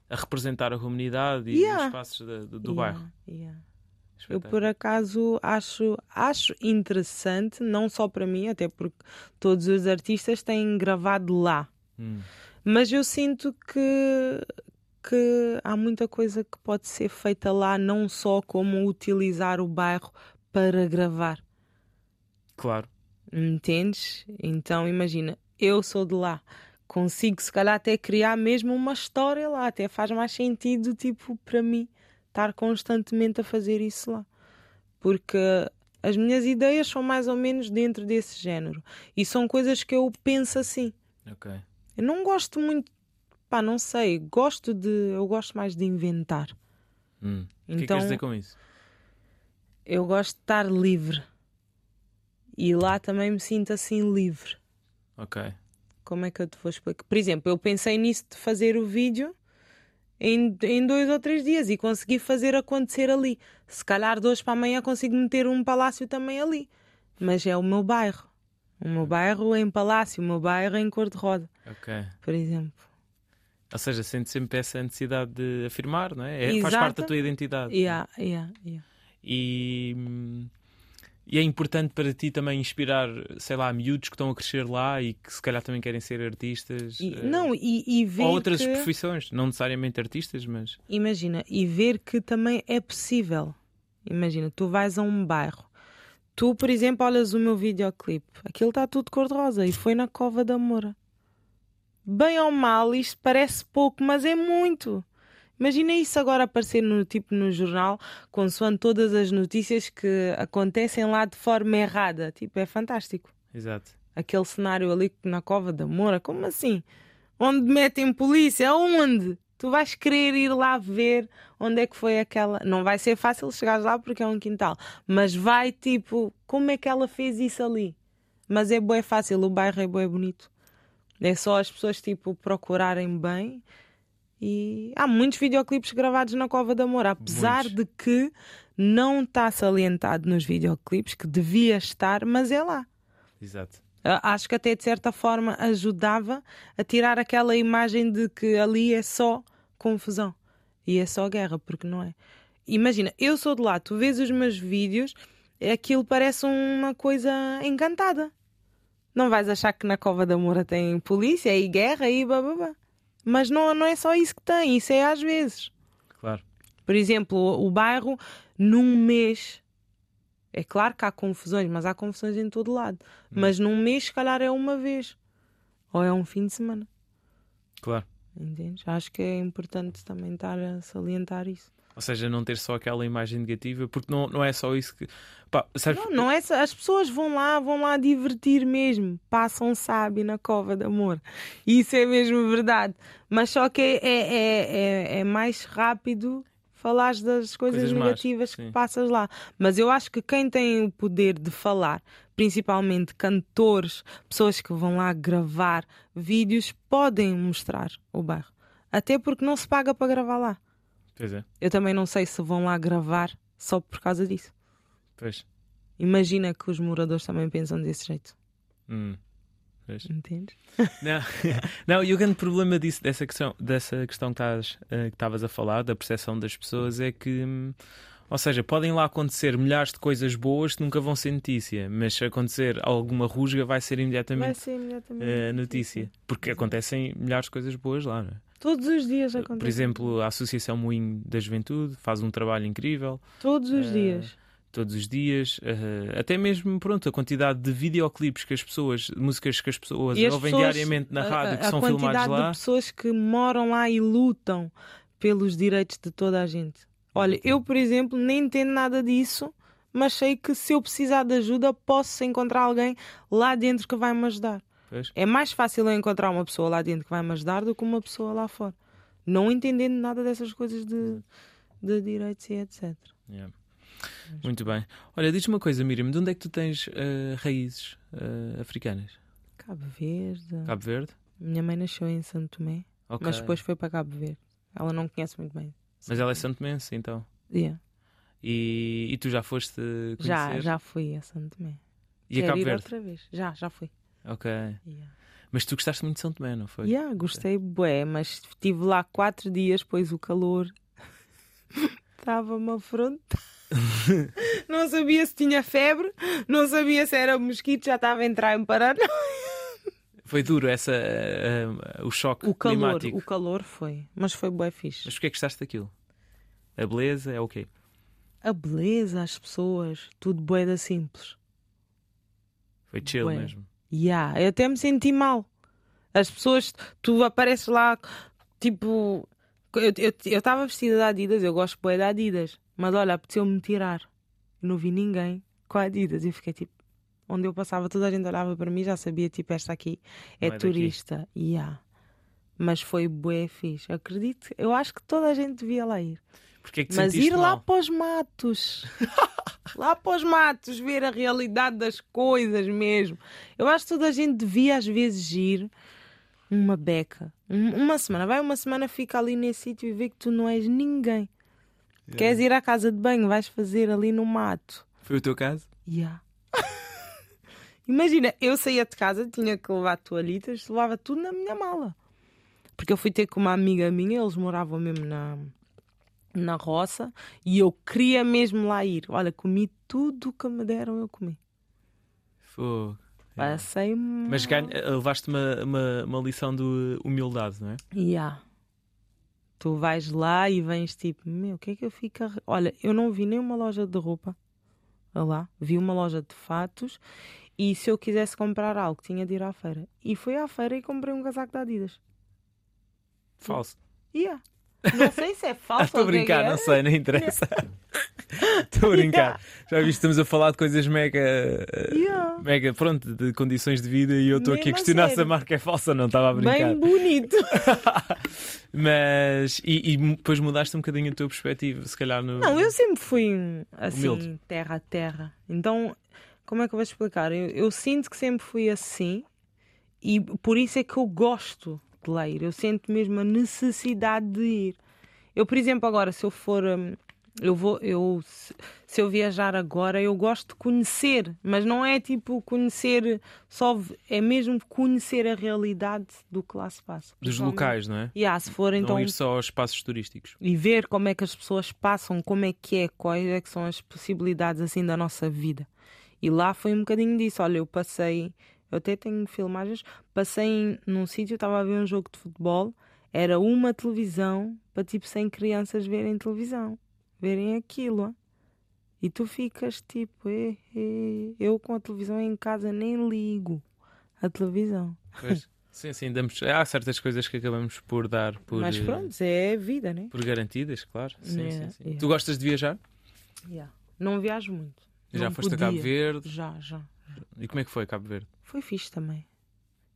A representar a comunidade e Yeah. os espaços da- do, do Yeah, bairro. yeah. Eu, Espetáculo. por acaso, acho, acho interessante, não só para mim, até porque todos os artistas têm gravado lá. Hum. Mas eu sinto que, que há muita coisa que pode ser feita lá, não só como utilizar o bairro para gravar. Claro. Entendes? Então imagina, eu sou de lá, consigo se calhar até criar mesmo uma história lá, até faz mais sentido, tipo, para mim, estar constantemente a fazer isso lá. Porque as minhas ideias são mais ou menos dentro desse género. E são coisas que eu penso assim. Ok. Eu não gosto muito, pá, não sei, gosto de, eu gosto mais de inventar. Hum. O que é que Então- queres dizer com isso? Eu gosto de estar livre. E lá também me sinto assim livre. Ok. Como é que eu te vou explicar? Por exemplo, eu pensei nisso de fazer o vídeo em, em dois ou três dias e consegui fazer acontecer ali. Se calhar de hoje para amanhã consigo meter um palácio também ali. Mas é o meu bairro. O meu bairro é em palácio, o meu bairro é em cor-de-rosa, Ok. por exemplo. Ou seja, sentes sempre essa necessidade de afirmar, não é? É- Faz parte da Exato. tua identidade. Yeah, yeah, yeah. E, hum, e é importante para ti também inspirar, sei lá, miúdos que estão a crescer lá e que se calhar também querem ser artistas. E- eh, não, e, e ver ou outras que- profissões, não necessariamente artistas, mas. Imagina, e ver que também é possível. Imagina, tu vais a um bairro. Tu, por exemplo, olhas o meu videoclipe. Aquilo está tudo cor-de-rosa e foi na Cova da Moura. Bem ou mal, isto parece pouco, mas é muito. Imagina isso agora aparecer no tipo no jornal, consoante todas as notícias que acontecem lá de forma errada. Tipo, é fantástico Exato. aquele cenário ali na cova da Moura, como assim? Onde metem polícia? Aonde? Tu vais querer ir lá ver onde é que foi aquela. Não vai ser fácil chegar lá porque é um quintal, mas vai tipo, como é que ela fez isso ali? Mas é bué fácil, o bairro é bué bonito. É só as pessoas tipo procurarem bem. E há muitos videoclipes gravados na Cova da Moura, apesar Muitos. de que não está salientado nos videoclipes que devia estar, mas é lá. Exato. Ah, Acho que até de certa forma ajudava a tirar aquela imagem de que ali é só confusão e é só guerra, porque não é. Imagina, eu sou de lá, tu vês os meus vídeos, aquilo parece uma coisa encantada. Não vais achar que na Cova da Moura tem polícia e guerra e bababá. Mas não, não é só isso que tem, isso é às vezes. Claro. Por exemplo, o- o bairro, num mês. É claro que há confusões, mas há confusões em todo lado. Mas num mês, se calhar, é uma vez. Ou é um fim de semana. Claro. Entendes? Acho que é importante também estar a salientar isso. Ou seja, não ter só aquela imagem negativa, porque não, não é só isso que. Pá, sabes? Não, não é só- as pessoas vão lá, vão lá divertir mesmo, passam sábio na cova de amor. Isso é mesmo verdade. Mas só que é, é, é, é mais rápido falares das coisas, Coisas más, negativas que sim. passas lá. Mas eu acho que quem tem o poder de falar, principalmente cantores, pessoas que vão lá gravar vídeos, podem mostrar o bairro. Até porque não se paga para gravar lá. Pois é, Eu também não sei se vão lá gravar só por causa disso. pois. Imagina que os moradores também pensam desse jeito, Hum, pois. entendes? Não, não, e o grande problema disso, dessa questão, dessa questão que estás, eh, que estavas a falar, da percepção das pessoas, é que, hum, ou seja, podem lá acontecer milhares de coisas boas que nunca vão ser notícia, mas se acontecer alguma rusga, vai ser Vai imediatamente ser imediatamente. eh, notícia, porque acontecem milhares de coisas boas lá, não é? Todos os dias acontece. Por exemplo, a Associação Moinho da Juventude faz um trabalho incrível Todos os eh, dias. todos os dias, eh, até mesmo pronto, a quantidade de videoclipes que as pessoas, músicas que as pessoas E as ouvem pessoas, diariamente na a- rádio, a, que são a quantidade filmados lá. de pessoas que moram lá e lutam pelos direitos de toda a gente. Olha, eu, por exemplo, nem entendo nada disso, mas sei que se eu precisar de ajuda, posso encontrar alguém lá dentro que vai me ajudar. Pois. É mais fácil eu encontrar uma pessoa lá dentro que vai me ajudar do que uma pessoa lá fora. Não entendendo nada dessas coisas de, de direitos e etc. Yeah. Muito bem. Olha, diz-me uma coisa, Miriam, de onde é que tu tens eh, raízes eh, africanas? Cabo Verde. Cabo Verde? Minha mãe nasceu em Santo Tomé, Ok. mas depois foi para Cabo Verde. Ela não conhece muito bem. Mas ela é santomense, então. Yeah. E, e tu já foste conhecer? Já, já fui a Santo Tomé. E a Quero Cabo ir Verde? outra vez. Já, já fui. Ok. Yeah. Mas tu gostaste muito de São Tomé, não foi? Yeah, gostei, bué, mas estive lá quatro dias, pois o calor estava-me a afrontar. não sabia se tinha febre, não sabia se era mosquito, já estava a entrar em parar. Foi duro essa, eh, eh, o choque O calor, climático. o calor foi, mas foi bué fixe. Mas porquê é que gostaste daquilo? A beleza é o quê? A beleza, as pessoas, tudo bué da simples. Foi chill Bué. mesmo. Yeah, eu até me senti mal. As pessoas, tu apareces lá, tipo. Eu eu- eu estava vestida de Adidas, eu gosto bué de Adidas, mas olha, apeteceu-me tirar. Eu não vi ninguém com a Adidas e eu fiquei tipo. Onde eu passava, toda a gente olhava para mim já sabia, tipo, esta aqui é, Não é daqui. turista. Yeah. Mas foi bué fixe. Acredito, eu acho que toda a gente devia lá ir. Porquê é que te Mas sentiste ir lá mal? para os matos. lá para os matos, ver a realidade das coisas mesmo. Eu acho que toda a gente devia às vezes ir uma beca. Um- Uma semana, vai uma semana, fica ali nesse sítio e vê que tu não és ninguém. É. Queres ir à casa de banho, vais fazer ali no mato. Foi o teu caso? Yeah. Imagina, eu saía de casa, tinha que levar toalhitas, levava tudo na minha mala. Porque eu fui ter com uma amiga minha, eles moravam mesmo na, na roça e eu queria mesmo lá ir. Olha, comi tudo o que me deram, eu comi. Fogo. Yeah. Passei Mas ganha- eh, levaste uma, uma, uma lição de humildade, não é? Yeah. Tu vais lá e vens tipo, meu, o que é que eu fico a... re- Olha, eu não vi nenhuma loja de roupa Olha lá, vi uma loja de fatos e se eu quisesse comprar algo tinha de ir à feira. E fui à feira e comprei um casaco da Adidas. Falso. Yeah. Não sei se é falso Estou a ou o que é que brincar, é. não sei, não interessa. Estou a brincar. Já viste, estamos a falar de coisas mega. eh, Yeah. Mega, pronto, de condições de vida e eu estou aqui a Mesmo a questionar se a sério. marca é falsa ou não, estava a brincar. Bem bonito. Mas. E, e depois mudaste um bocadinho a tua perspectiva, se calhar no. Não, eu sempre fui assim, é? Humilde. terra a terra. Então, como é que eu vou explicar? Eu, eu sinto que sempre fui assim e por isso é que eu gosto de lá ir. Eu sinto mesmo a necessidade de ir. Eu, por exemplo, agora, se eu for. hum, Eu vou, eu, se- se eu viajar agora, eu gosto de conhecer, mas não é tipo conhecer só, v- é mesmo conhecer a realidade do que lá se passa. Dos Principalmente- locais, não é? Yeah, se for então não ir só aos espaços turísticos. e ver como é que as pessoas passam, como é que é, quais é que são as possibilidades assim da nossa vida. E lá foi um bocadinho disso. Olha, eu passei, eu até tenho filmagens, passei em- num sítio, estava a ver um jogo de futebol, era uma televisão para tipo 100 crianças verem televisão, verem aquilo. hã? E tu ficas tipo, "Eh, eh, eu com a televisão em casa nem ligo a televisão. Pois. Sim, sim, damos, há certas coisas que acabamos por dar por, eh, Mas pronto, é a vida, né? por garantidas, claro. Sim, Yeah, sim, sim. yeah. Tu gostas de viajar? Yeah. Não viajo muito. Já Não foste podia. a Cabo Verde? Já, já. E como é que foi Cabo Verde? Foi fixe também.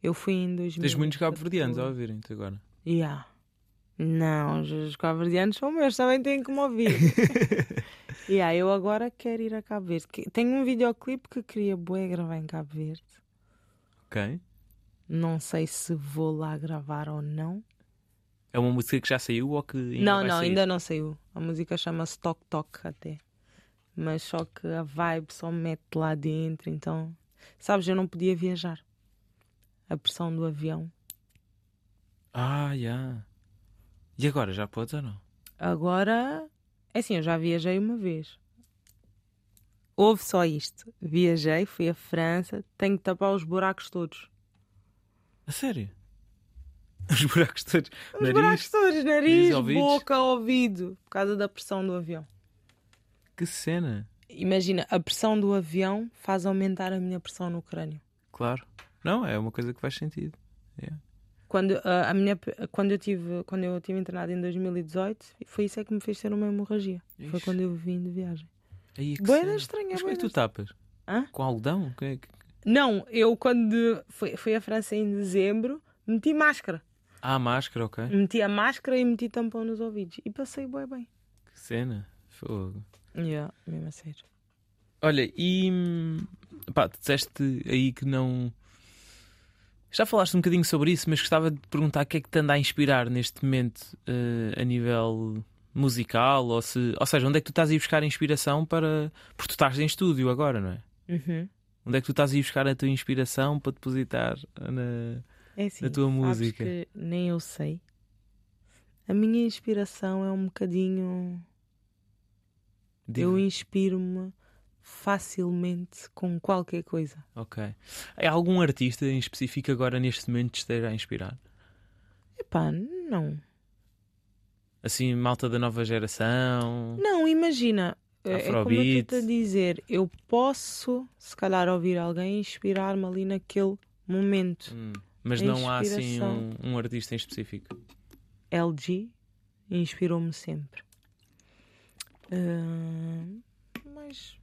Eu fui em 2000. Tens muitos cabo-verdianos a ouvirem-te agora. Yeah. Não, os- os cabo-verdianos são meus, também têm que me ouvir. yeah, eu agora quero ir a Cabo Verde. Que- Tenho um videoclipe que queria bué gravar em Cabo Verde. Ok. Não sei se vou lá gravar ou não. É uma música que já saiu ou que ainda não, vai não, sair? ainda não saiu. A música chama-se Toc Toc até. Mas só que a vibe só me mete lá dentro, então. Sabes, eu não podia viajar. A pressão do avião. Ah, já. E agora, já podes ou não? Agora, é assim, eu já viajei uma vez. Houve só isto. Viajei, fui à França, tenho que tapar os buracos todos. A sério? Os buracos todos. Os Nariz, buracos todos, nariz, ouvidos. boca, ouvido, por causa da pressão do avião. que cena. Imagina, a pressão do avião faz aumentar a minha pressão no crânio. Claro. Não, é uma coisa que faz sentido. Yeah. Quando, ah, a minha, quando, eu tive, quando eu tive internado em 2018, foi isso é que me fez ter uma hemorragia. Foi Ixi. quando eu vim de viagem. Aí, que Boa cena. estranha, Mas como é que bué tu tapas? Hã? Com algodão? Que é que- Não, eu quando fui, fui à França em dezembro, meti máscara. Ah, máscara, ok. Meti a máscara e meti tampão nos ouvidos. E passei bué bem. Que cena. Fogo. Yeah, mesmo a sério. Olha, e hum, pá, tu disseste aí que não. Já falaste um bocadinho sobre isso, mas gostava de te perguntar o que é que te anda a inspirar neste momento eh, a nível musical, ou se, ou seja, onde é que tu estás a ir buscar a inspiração para. Porque tu estás em estúdio agora, não é? Uhum. Onde é que tu estás a ir buscar a tua inspiração para depositar na. É assim, Da tua sabes música. que nem eu sei. A minha inspiração é um bocadinho... Eu inspiro-me facilmente com qualquer coisa. Ok. Há algum artista em específico agora neste momento que te esteja a inspirar? Epá, não. Assim, malta da nova geração? Não, imagina. É é como eu Afrobeat. estou-te a dizer. Eu posso, se calhar, ouvir alguém e inspirar-me ali naquele momento. Hum, Mas A não há assim um, inspiração. um artista em específico. LG inspirou-me sempre. Ah, mas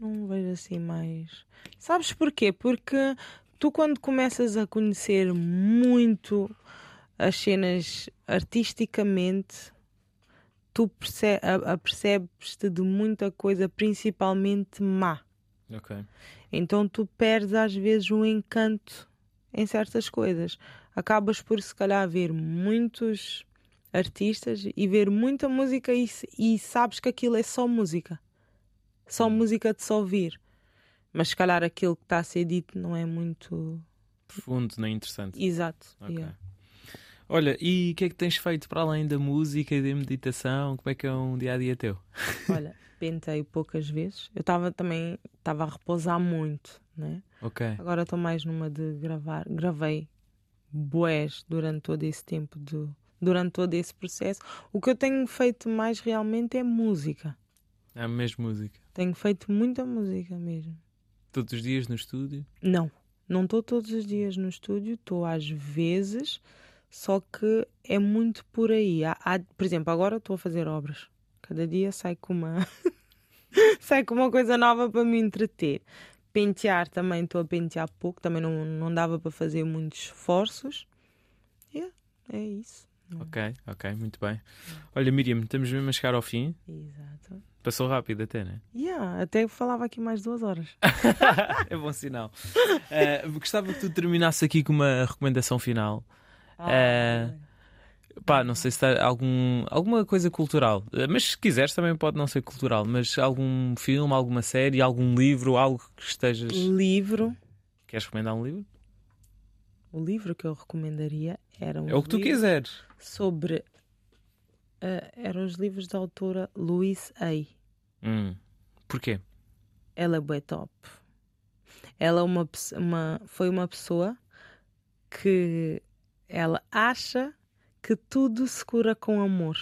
não vejo assim mais. Sabes porquê? Porque tu, quando começas a conhecer muito as cenas artisticamente, tu perce- a- apercebes-te de muita coisa, principalmente má. Ok. Então tu perdes às vezes o encanto em certas coisas. Acabas por se calhar ver muitos artistas e ver muita música e, s- e sabes que aquilo é só música. Só música de se ouvir. Mas se calhar aquilo que está a ser dito não é muito Profundo, não é interessante. exato. Ok. yeah. Olha, e o que é que tens feito para além da música e da meditação? Como é que é um dia a dia teu? Olha, pentei poucas vezes. Eu estava também estava a repousar muito, né? Ok. Agora estou mais numa de gravar. Gravei boés durante todo esse tempo, de, durante todo esse processo. O que eu tenho feito mais realmente é música. É a mesma música. Tenho feito muita música mesmo. Todos os dias no estúdio? Não, não estou todos os dias no estúdio, estou às vezes, só que é muito por aí. Há- há- por exemplo, agora estou a fazer obras. Cada dia sai com uma sai com uma coisa nova para me entreter. Pentear também estou a pentear pouco, também não, não dava para fazer muitos esforços. Yeah, é isso. Ok, ok, muito bem. Olha, Miriam, estamos mesmo a chegar ao fim. Exato. Passou rápido até, né? Yeah, até falava aqui mais duas horas. é bom sinal. Eh, gostava que tu terminasse aqui com uma recomendação final. É. Pá, não sei se está algum, alguma coisa cultural, Eh, mas se quiseres também pode não ser cultural, mas algum filme, alguma série, algum livro, algo que estejas. Livro. Queres recomendar um livro? O livro que eu recomendaria era um É o que tu livro- quiseres. sobre eh, eram os livros da autora Louise A. Hum. Porquê? Ela é bué top. Ela é uma, pes- uma- foi uma pessoa que ela acha que tudo se cura com amor.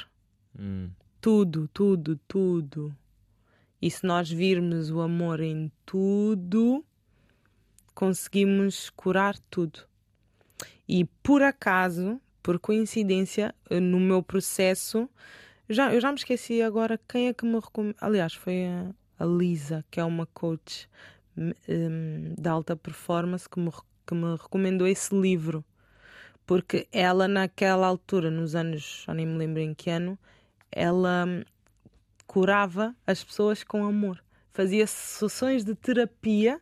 Hum. Tudo, tudo, tudo. E se nós virmos o amor em tudo, conseguimos curar tudo. E por acaso, por coincidência, no meu processo, já, eu já me esqueci agora quem é que me recomendou. Aliás, foi a, a Lisa, que é uma coach hum, de alta performance, que me, que me recomendou esse livro. Porque ela, naquela altura, nos anos, já nem me lembro em que ano, ela hum, curava as pessoas com amor. Fazia sessões de terapia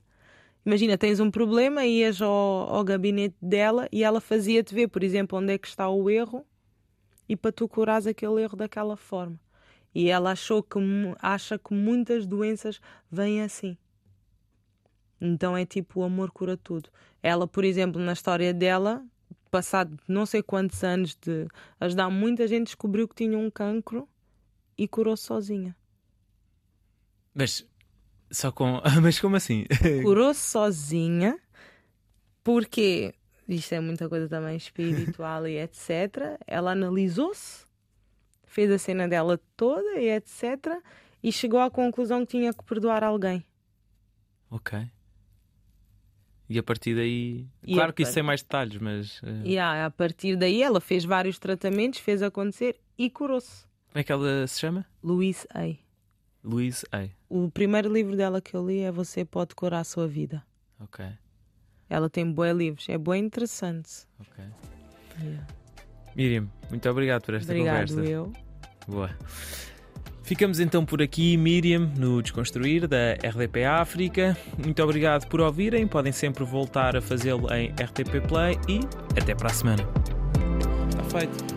Imagina, tens um problema, ias ao, ao gabinete dela e ela fazia-te ver, por exemplo, onde é que está o erro e para tu curares aquele erro daquela forma. E ela achou que, acha que muitas doenças vêm assim. Então é tipo o amor cura tudo. Ela, por exemplo, na história dela, passado não sei quantos anos de ajudar muita gente, descobriu que tinha um cancro e curou sozinha. Mas só com. Mas como assim? Curou sozinha, porque isto é muita coisa também espiritual e etc. Ela analisou-se, fez a cena dela toda e etc. E chegou à conclusão que tinha que perdoar alguém. Ok. E a partir daí. E claro que par... isso tem mais detalhes, mas. eh, Uh... Yeah, a partir daí ela fez vários tratamentos, fez acontecer e curou-se. Como é que ela se chama? Louise A. Louise A. O primeiro livro dela que eu li é Você Pode Curar a Sua Vida. Ok. Ela tem bons livros, é bem interessante. Ok. Yeah. Miriam, muito obrigado por esta Obrigado conversa. eu. Boa. Ficamos então por aqui, Miriam, no Desconstruir da RDP África. Muito obrigado por ouvirem. Podem sempre voltar a fazê-lo em RTP Play e até para a semana. Está feito.